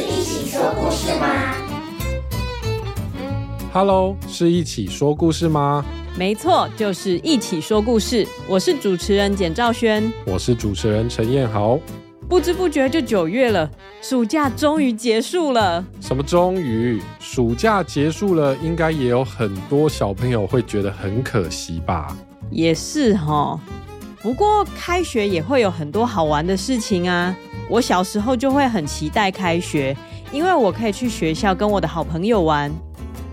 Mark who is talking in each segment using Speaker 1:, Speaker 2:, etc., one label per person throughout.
Speaker 1: 说故事吗？
Speaker 2: Hello，是一起说故事吗？
Speaker 3: 没错，就是一起说故事。我是主持人简兆轩。
Speaker 2: 我是主持人陈彦豪。
Speaker 3: 不知不觉就九月了，暑假终于结束了。
Speaker 2: 什么？终于暑假结束了，应该也有很多小朋友会觉得很可惜吧？
Speaker 3: 也是哈，不过开学也会有很多好玩的事情啊。我小时候就会很期待开学，因为我可以去学校跟我的好朋友玩。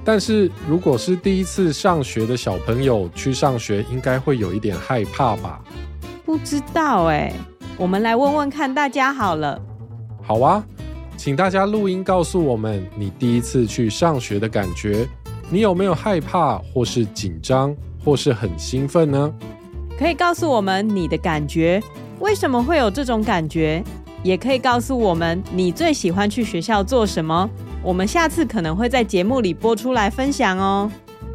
Speaker 2: 但是如果是第一次上学的小朋友去上学，应该会有一点害怕吧？
Speaker 3: 不知道哎、我们来问问看大家好了。
Speaker 2: 好啊，请大家录音告诉我们你第一次去上学的感觉，你有没有害怕，或是紧张，或是很兴奋呢？
Speaker 3: 可以告诉我们你的感觉，为什么会有这种感觉？也可以告诉我们你最喜欢去学校做什么。我们下次可能会在节目里播出来分享哦。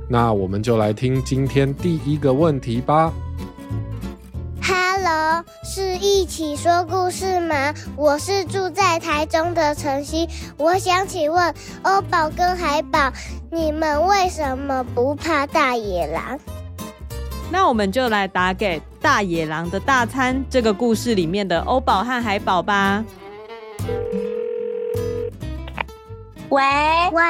Speaker 2: 那我们就来听今天第一个问题吧。
Speaker 1: ？Hello，是一起说故事吗？我是住在台中的晨曦，我想请问欧宝跟海宝，你们为什么不怕大野狼？
Speaker 3: 那我们就来打给《大野狼的大餐》这个故事里面的欧宝和海宝吧。
Speaker 1: 喂喂，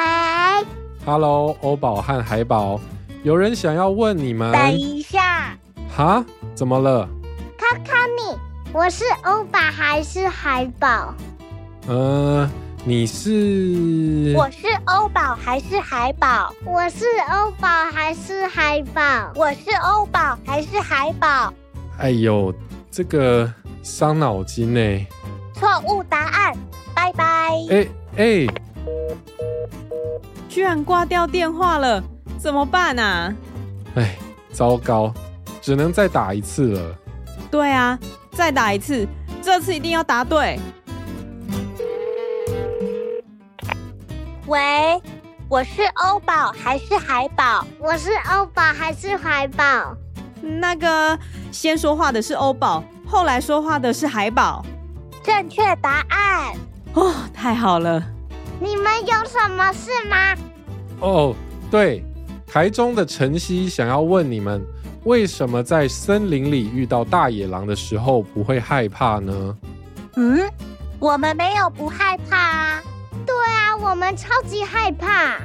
Speaker 2: Hello，欧宝和海宝，有人想要问你们
Speaker 1: 等一下，
Speaker 2: 哈？怎么了？
Speaker 1: 康康你，我是欧宝还是海宝？
Speaker 2: 呃，你是
Speaker 4: 我是欧宝还是海宝？
Speaker 1: 我是欧宝还是海宝？
Speaker 4: 我是欧宝还是海宝？
Speaker 2: 哎呦，这个伤脑筋呢。
Speaker 4: 错误答案，拜拜。
Speaker 2: 哎哎，
Speaker 3: 居然挂掉电话了，怎么办啊？
Speaker 2: 哎，糟糕，只能再打一次了。
Speaker 3: 对啊，再打一次，这次一定要答对。
Speaker 4: 喂，我是欧宝还是海宝？
Speaker 1: 我是欧宝还是海宝？
Speaker 3: 那个先说话的是欧宝，后来说话的是海宝。
Speaker 4: 正确答案。
Speaker 3: 哦，太好了！
Speaker 1: 你们有什么事吗？
Speaker 2: 哦，对，台中的晨曦想要问你们，为什么在森林里遇到大野狼的时候不会害怕呢？
Speaker 4: 嗯，我们没有不害怕啊。
Speaker 1: 啊，我们超级害怕。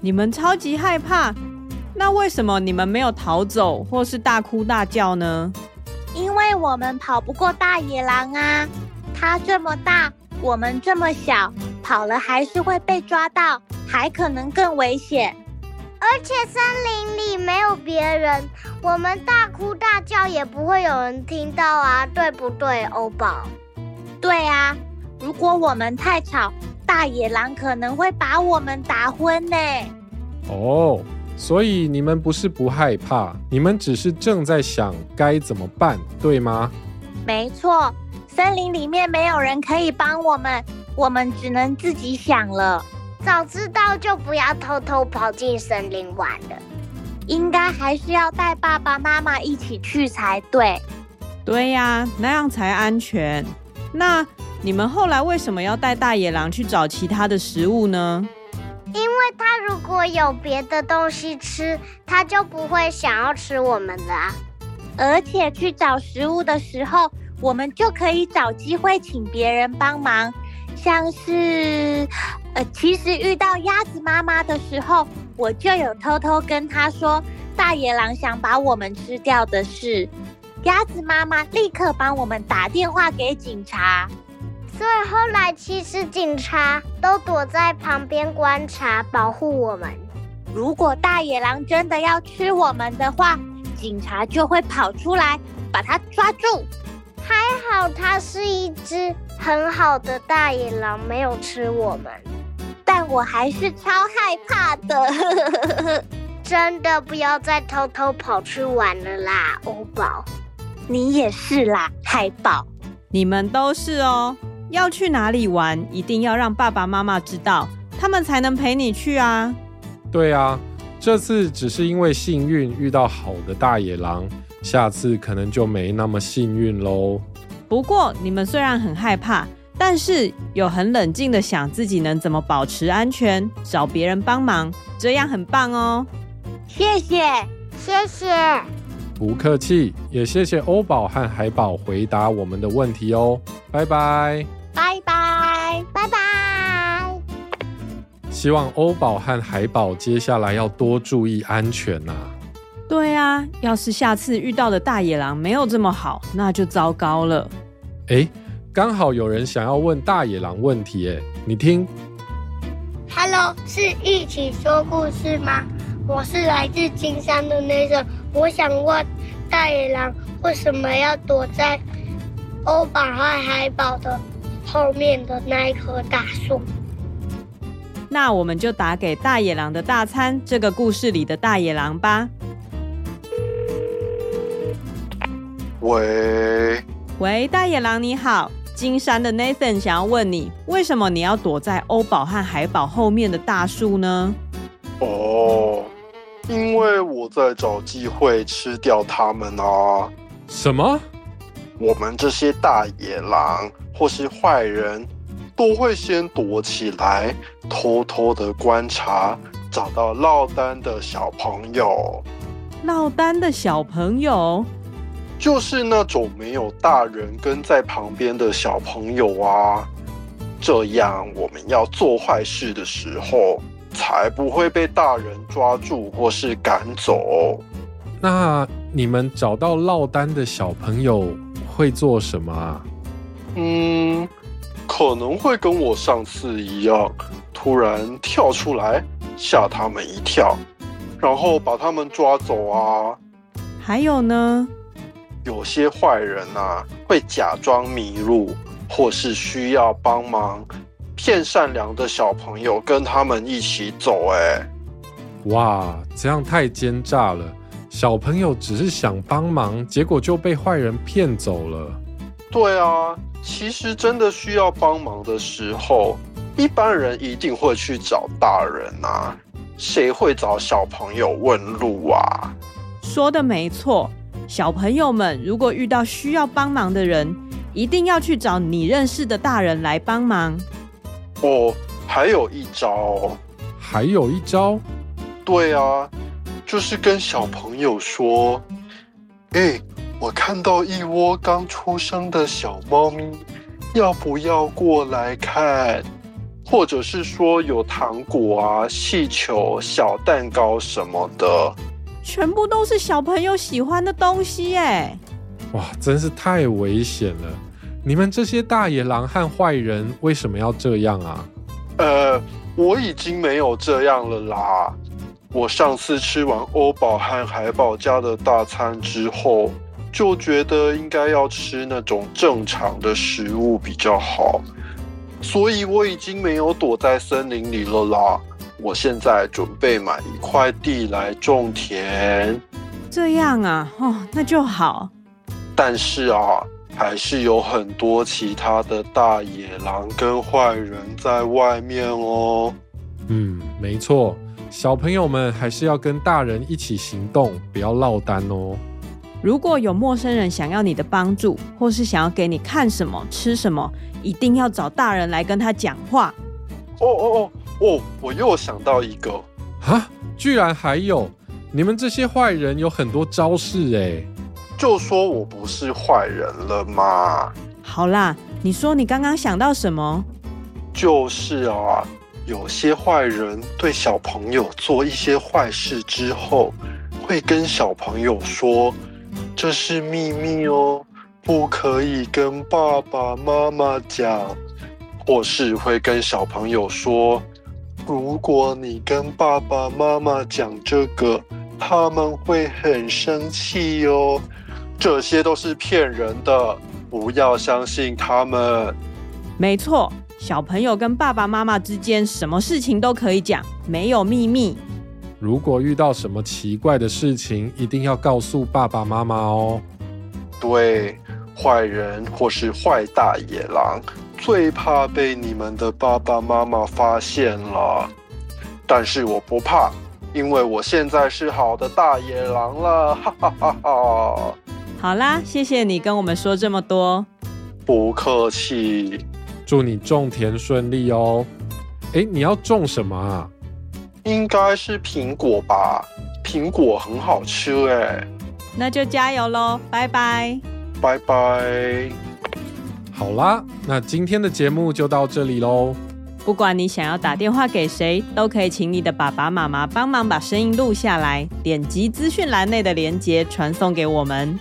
Speaker 3: 你们超级害怕，那为什么你们没有逃走或是大哭大叫呢？
Speaker 4: 因为我们跑不过大野狼啊，它这么大，我们这么小，跑了还是会被抓到，还可能更危险。
Speaker 1: 而且森林里没有别人，我们大哭大叫也不会有人听到啊，对不对，欧宝？
Speaker 4: 对啊，如果我们太吵，大野狼可能会把我们打昏呢。
Speaker 2: 哦，所以你们不是不害怕，你们只是正在想该怎么办，对吗？
Speaker 4: 没错，森林里面没有人可以帮我们，我们只能自己想了。
Speaker 1: 早知道就不要偷偷跑进森林玩了。
Speaker 4: 应该还是要带爸爸妈妈一起去才对。
Speaker 3: 对呀、那样才安全。那你们后来为什么要带大野狼去找其他的食物呢？
Speaker 1: 因为它如果有别的东西吃，它就不会想要吃我们的啊。
Speaker 4: 而且去找食物的时候，我们就可以找机会请别人帮忙，像是，呃，其实遇到鸭子妈妈的时候，我就有偷偷跟她说大野狼想把我们吃掉的事，鸭子妈妈立刻帮我们打电话给警察。
Speaker 1: 所以后来其实警察都躲在旁边观察，保护我们。
Speaker 4: 如果大野狼真的要吃我们的话，警察就会跑出来把它抓住。
Speaker 1: 还好它是一只很好的大野狼，没有吃我们。
Speaker 4: 但我还是超害怕的。
Speaker 1: 真的不要再偷偷跑去玩了啦，欧宝。
Speaker 4: 你也是啦，海宝。
Speaker 3: 你们都是哦。要去哪里玩，一定要让爸爸妈妈知道，他们才能陪你去啊。
Speaker 2: 对啊，这次只是因为幸运遇到好的大野狼，下次可能就没那么幸运喽。
Speaker 3: 不过你们虽然很害怕，但是有很冷静的想自己能怎么保持安全，找别人帮忙，这样很棒哦。
Speaker 4: 谢谢，
Speaker 1: 谢谢，
Speaker 2: 不客气，也谢谢欧宝和海宝回答我们的问题哦，拜拜。
Speaker 4: 拜拜。
Speaker 1: 拜拜。
Speaker 2: 希望欧宝和海宝接下来要多注意安全啊呐、
Speaker 3: 对啊，要是下次遇到的大野狼没有这么好，那就糟糕了。
Speaker 2: 诶，刚好有人想要问大野狼问题，诶，你听，
Speaker 1: Hello，是一起说故事吗？我是来自金山的那个，我想问大野狼为什么要躲在欧宝和海宝的后面的那一棵大树？
Speaker 3: 那我们就打给大野狼的大餐这个故事里的大野狼吧。
Speaker 5: 喂，
Speaker 3: 喂，大野狼你好，金山的 Nathan 想要问你，为什么你要躲在欧宝和海宝后面的大树呢？
Speaker 5: 哦，因为我在找机会吃掉他们啊。
Speaker 2: 什么？
Speaker 5: 我们这些大野狼或是坏人，都会先躲起来，偷偷的观察，找到落单的小朋友，
Speaker 3: 落单的小朋友，
Speaker 5: 就是那种没有大人跟在旁边的小朋友啊。这样我们要做坏事的时候，才不会被大人抓住或是赶走。
Speaker 2: 那你们找到落单的小朋友会做什么啊？
Speaker 5: 嗯，可能会跟我上次一样，突然跳出来吓他们一跳，然后把他们抓走啊。
Speaker 3: 还有呢？
Speaker 5: 有些坏人啊，会假装迷路，或是需要帮忙，骗善良的小朋友跟他们一起走、哎，
Speaker 2: 哇，这样太奸诈了！小朋友只是想帮忙，结果就被坏人骗走了。
Speaker 5: 对啊，其实真的需要帮忙的时候，一般人一定会去找大人啊，谁会找小朋友问路啊？
Speaker 3: 说的没错，小朋友们如果遇到需要帮忙的人，一定要去找你认识的大人来帮忙。
Speaker 5: 哦，还有一招哦、
Speaker 2: 还有一招，
Speaker 5: 对啊，就是跟小朋友说，哎、我看到一窝刚出生的小猫咪，要不要过来看？或者是说有糖果啊、气球、小蛋糕什么的，
Speaker 3: 全部都是小朋友喜欢的东西耶！
Speaker 2: 哇，真是太危险了！你们这些大野狼和坏人为什么要这样啊？
Speaker 5: 呃，我已经没有这样了啦。我上次吃完欧宝和海宝家的大餐之后，就觉得应该要吃那种正常的食物比较好，所以我已经没有躲在森林里了啦。我现在准备买一块地来种田，
Speaker 3: 这样啊，哦，那就好。
Speaker 5: 但是啊，还是有很多其他的大野狼跟坏人在外面哦。
Speaker 2: 嗯，没错，小朋友们还是要跟大人一起行动，不要落单哦。
Speaker 3: 如果有陌生人想要你的帮助，或是想要给你看什么、吃什么，一定要找大人来跟他讲话。
Speaker 5: 哦哦哦哦，我又想到一个，
Speaker 2: 哈，居然还有！你们这些坏人有很多招式欸诶。
Speaker 5: 就说我不是坏人了嘛。
Speaker 3: 好啦，你说你刚刚想到什么？
Speaker 5: 就是啊，有些坏人对小朋友做一些坏事之后，会跟小朋友说：“这是秘密哦，不可以跟爸爸妈妈讲。”或是会跟小朋友说：“如果你跟爸爸妈妈讲这个，他们会很生气哦。”这些都是骗人的，不要相信他们。
Speaker 3: 没错，小朋友跟爸爸妈妈之间什么事情都可以讲，没有秘密。
Speaker 2: 如果遇到什么奇怪的事情，一定要告诉爸爸妈妈哦。
Speaker 5: 对，坏人或是坏大野狼最怕被你们的爸爸妈妈发现了，但是我不怕，因为我现在是好的大野狼了，哈哈哈哈！
Speaker 3: 好啦，谢谢你跟我们说这么多。
Speaker 5: 不客气，
Speaker 2: 祝你种田顺利哦。诶，你要种什么啊？
Speaker 5: 应该是苹果吧？苹果很好吃哎、
Speaker 3: 那就加油喽，拜拜。
Speaker 5: 拜拜。
Speaker 2: 好啦，那今天的节目就到这里喽。
Speaker 3: 不管你想要打电话给谁，都可以请你的爸爸妈妈帮忙把声音录下来，点击资讯栏内的链接传送给我们。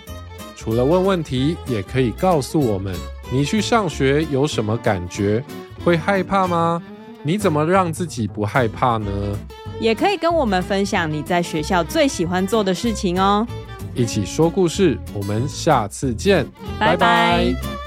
Speaker 2: 除了问问题，也可以告诉我们你去上学有什么感觉？会害怕吗？你怎么让自己不害怕呢？
Speaker 3: 也可以跟我们分享你在学校最喜欢做的事情哦。
Speaker 2: 一起说故事，我们下次见，
Speaker 3: 拜拜